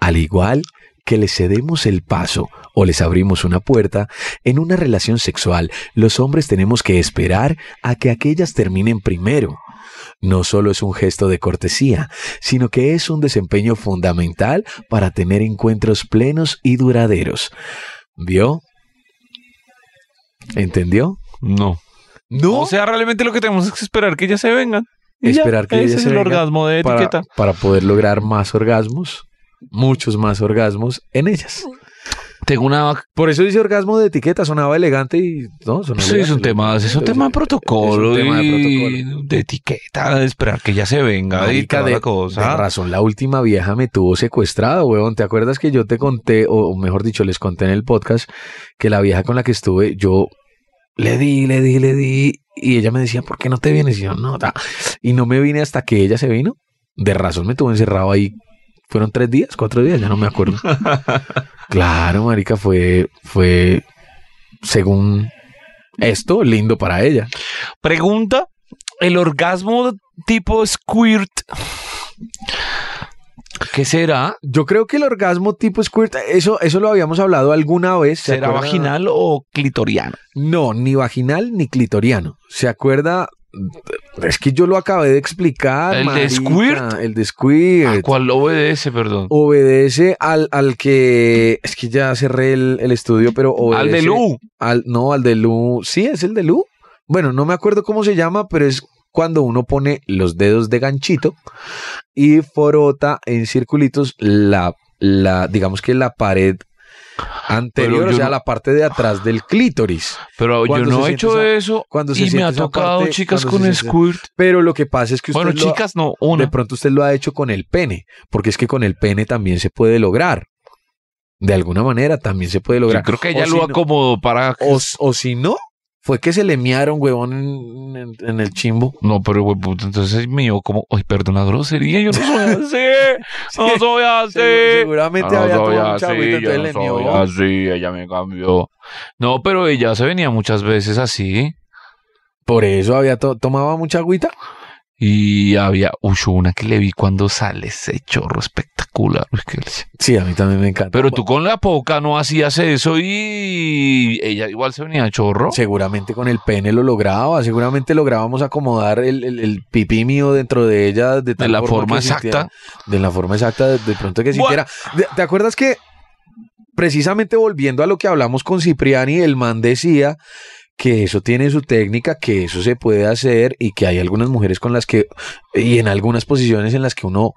Speaker 2: Al igual que les cedemos el paso o les abrimos una puerta, en una relación sexual los hombres tenemos que esperar a que aquellas terminen primero. No solo es un gesto de cortesía, sino que es un desempeño fundamental para tener encuentros plenos y duraderos. ¿Vio? ¿Entendió?
Speaker 3: No.
Speaker 2: No.
Speaker 3: O sea, realmente lo que tenemos es que esperar que ya se vengan. Y ya,
Speaker 2: Esperar que
Speaker 3: ese
Speaker 2: ellas
Speaker 3: es
Speaker 2: se
Speaker 3: el
Speaker 2: vengan
Speaker 3: orgasmo de
Speaker 2: para,
Speaker 3: etiqueta.
Speaker 2: para poder lograr más orgasmos, muchos más orgasmos en ellas.
Speaker 3: Tengo una
Speaker 2: Por eso dice orgasmo de etiqueta, sonaba elegante y no, sonaba
Speaker 3: Sí, es un tema, es un tema de protocolo,
Speaker 2: Es un tema de
Speaker 3: y
Speaker 2: protocolo.
Speaker 3: de etiqueta, de esperar que ya se venga y
Speaker 2: Marica,
Speaker 3: toda
Speaker 2: de-
Speaker 3: la cosa.
Speaker 2: de razón, la última vieja me tuvo secuestrado, weón. ¿Te acuerdas que yo te conté, o o mejor dicho, les conté en el podcast, que la vieja con la que estuve, yo le di, le di, le di, y ella me decía, ¿por qué no te vienes? Y yo, no, ta". y no me vine hasta que ella se vino. De razón me tuvo encerrado ahí. Fueron tres días, cuatro días, ya no
Speaker 3: [LAUGHS]
Speaker 2: me acuerdo. claro, marica, fue, fue, según esto, lindo para ella.
Speaker 3: Pregunta, el orgasmo tipo squirt, ¿qué será?
Speaker 2: Yo creo que el orgasmo tipo squirt, eso, eso lo habíamos hablado alguna vez. ¿se
Speaker 3: ¿Será
Speaker 2: acuerda?
Speaker 3: vaginal o clitoriano?
Speaker 2: No, ni vaginal ni clitoriano. ¿Se acuerda? Es que yo lo acabé de explicar.
Speaker 3: ¿El de
Speaker 2: marica,
Speaker 3: squirt?
Speaker 2: El de squirt.
Speaker 3: ¿A cuál obedece, perdón?
Speaker 2: Obedece al, al que. Es que ya cerré el, el estudio, pero obedece.
Speaker 3: Al de Lu.
Speaker 2: al- no, al de Lu. Sí, es el de Lu. Bueno, no me acuerdo cómo se llama, pero es cuando uno pone los dedos de ganchito y forota en circulitos la, la digamos que la pared anterior,
Speaker 3: Pero
Speaker 2: o
Speaker 3: yo
Speaker 2: sea,
Speaker 3: no-
Speaker 2: la parte de atrás del clítoris.
Speaker 3: Pero yo
Speaker 2: ¿Cuándo
Speaker 3: no
Speaker 2: se
Speaker 3: he
Speaker 2: siente
Speaker 3: hecho
Speaker 2: esa-
Speaker 3: eso
Speaker 2: cuándo se
Speaker 3: y me
Speaker 2: siente
Speaker 3: ha
Speaker 2: esa
Speaker 3: tocado
Speaker 2: parte?
Speaker 3: chicas
Speaker 2: ¿Cuándo
Speaker 3: con
Speaker 2: se siente esa-
Speaker 3: squirt.
Speaker 2: Pero lo que pasa es que usted
Speaker 3: Bueno,
Speaker 2: lo-
Speaker 3: chicas, no, una.
Speaker 2: de pronto usted lo ha hecho con el pene, porque es que con el pene también se puede lograr. De alguna manera también se puede
Speaker 3: Yo
Speaker 2: lograr.
Speaker 3: creo que
Speaker 2: O
Speaker 3: ella
Speaker 2: si
Speaker 3: lo
Speaker 2: no-
Speaker 3: acomodó para...
Speaker 2: O, o si no, fue que se le miaron, huevón, en, en- en el chimbo.
Speaker 3: No, pero güey, puta, entonces mío, como, ay, perdón, la grosería,
Speaker 2: [LAUGHS]
Speaker 3: yo no soy así, no soy así.
Speaker 2: Segu- Seguramente
Speaker 3: Ah,
Speaker 2: había
Speaker 3: no soy
Speaker 2: tomado mucha
Speaker 3: así,
Speaker 2: agüita,
Speaker 3: yo
Speaker 2: entonces
Speaker 3: no
Speaker 2: le
Speaker 3: soy
Speaker 2: mió.
Speaker 3: así, ella me cambió. No, pero ella se venía muchas veces así
Speaker 2: Por eso había to- tomaba mucha agüita.
Speaker 3: y había, uy, una que le vi cuando sale ese chorro espectacular. uy, que le-
Speaker 2: Sí, a mí también me encanta.
Speaker 3: Pero tú con la poca no hacías eso y ella igual se venía chorro.
Speaker 2: Seguramente con el pene lo lograba, seguramente lográbamos acomodar el, el, el pipí mío dentro de ella de, tal
Speaker 3: la forma
Speaker 2: que sintiera-
Speaker 3: exacta.
Speaker 2: de la forma exacta, de, de pronto que
Speaker 3: Bueno.
Speaker 2: sintiera. ¿Te, te acuerdas que precisamente volviendo a lo que hablamos con Cipriani, el man decía que eso tiene su técnica, que eso se puede hacer y que hay algunas mujeres con las que, y en algunas posiciones en las que uno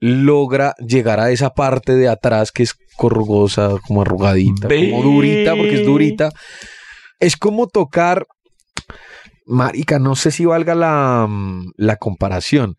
Speaker 2: logra llegar a esa parte de atrás que es corrugosa, como arrugadita,
Speaker 3: Ve.
Speaker 2: como durita, porque es durita. Es como tocar, marica, no sé si valga la, mm, la comparación.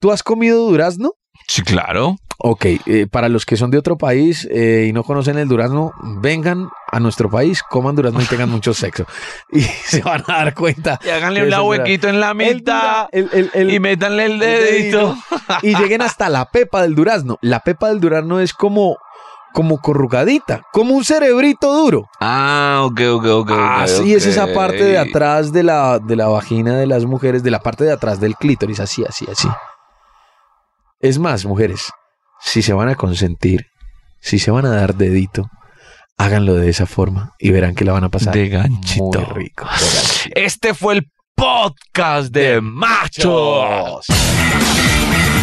Speaker 2: ¿Tú has comido durazno?
Speaker 3: Sí, claro.
Speaker 2: Ok, eh, para los que son de otro país eh, y no conocen el durazno, vengan a nuestro país, coman durazno y tengan mucho sexo. [LAUGHS] Y se van a dar cuenta.
Speaker 3: Y háganle
Speaker 2: Eso
Speaker 3: un
Speaker 2: será.
Speaker 3: huequito en la
Speaker 2: El
Speaker 3: mitad
Speaker 2: dura- el- el- el-
Speaker 3: y métanle el
Speaker 2: el
Speaker 3: dedito.
Speaker 2: y lleguen hasta la pepa del durazno. La pepa del durazno es como, como corrugadita, como un cerebrito duro.
Speaker 3: Ah, ok, ok, ok.
Speaker 2: así Ah, es esa parte de atrás de la, de la vagina de las mujeres, de la parte de atrás del clítoris, así, así, así. Es más, mujeres, si se van a consentir, si se van a dar dedito, háganlo de esa forma y verán que la van a pasar
Speaker 3: De ganchito.
Speaker 2: muy rico. de ganchito.
Speaker 3: Este fue el podcast de Machos.
Speaker 2: Chos.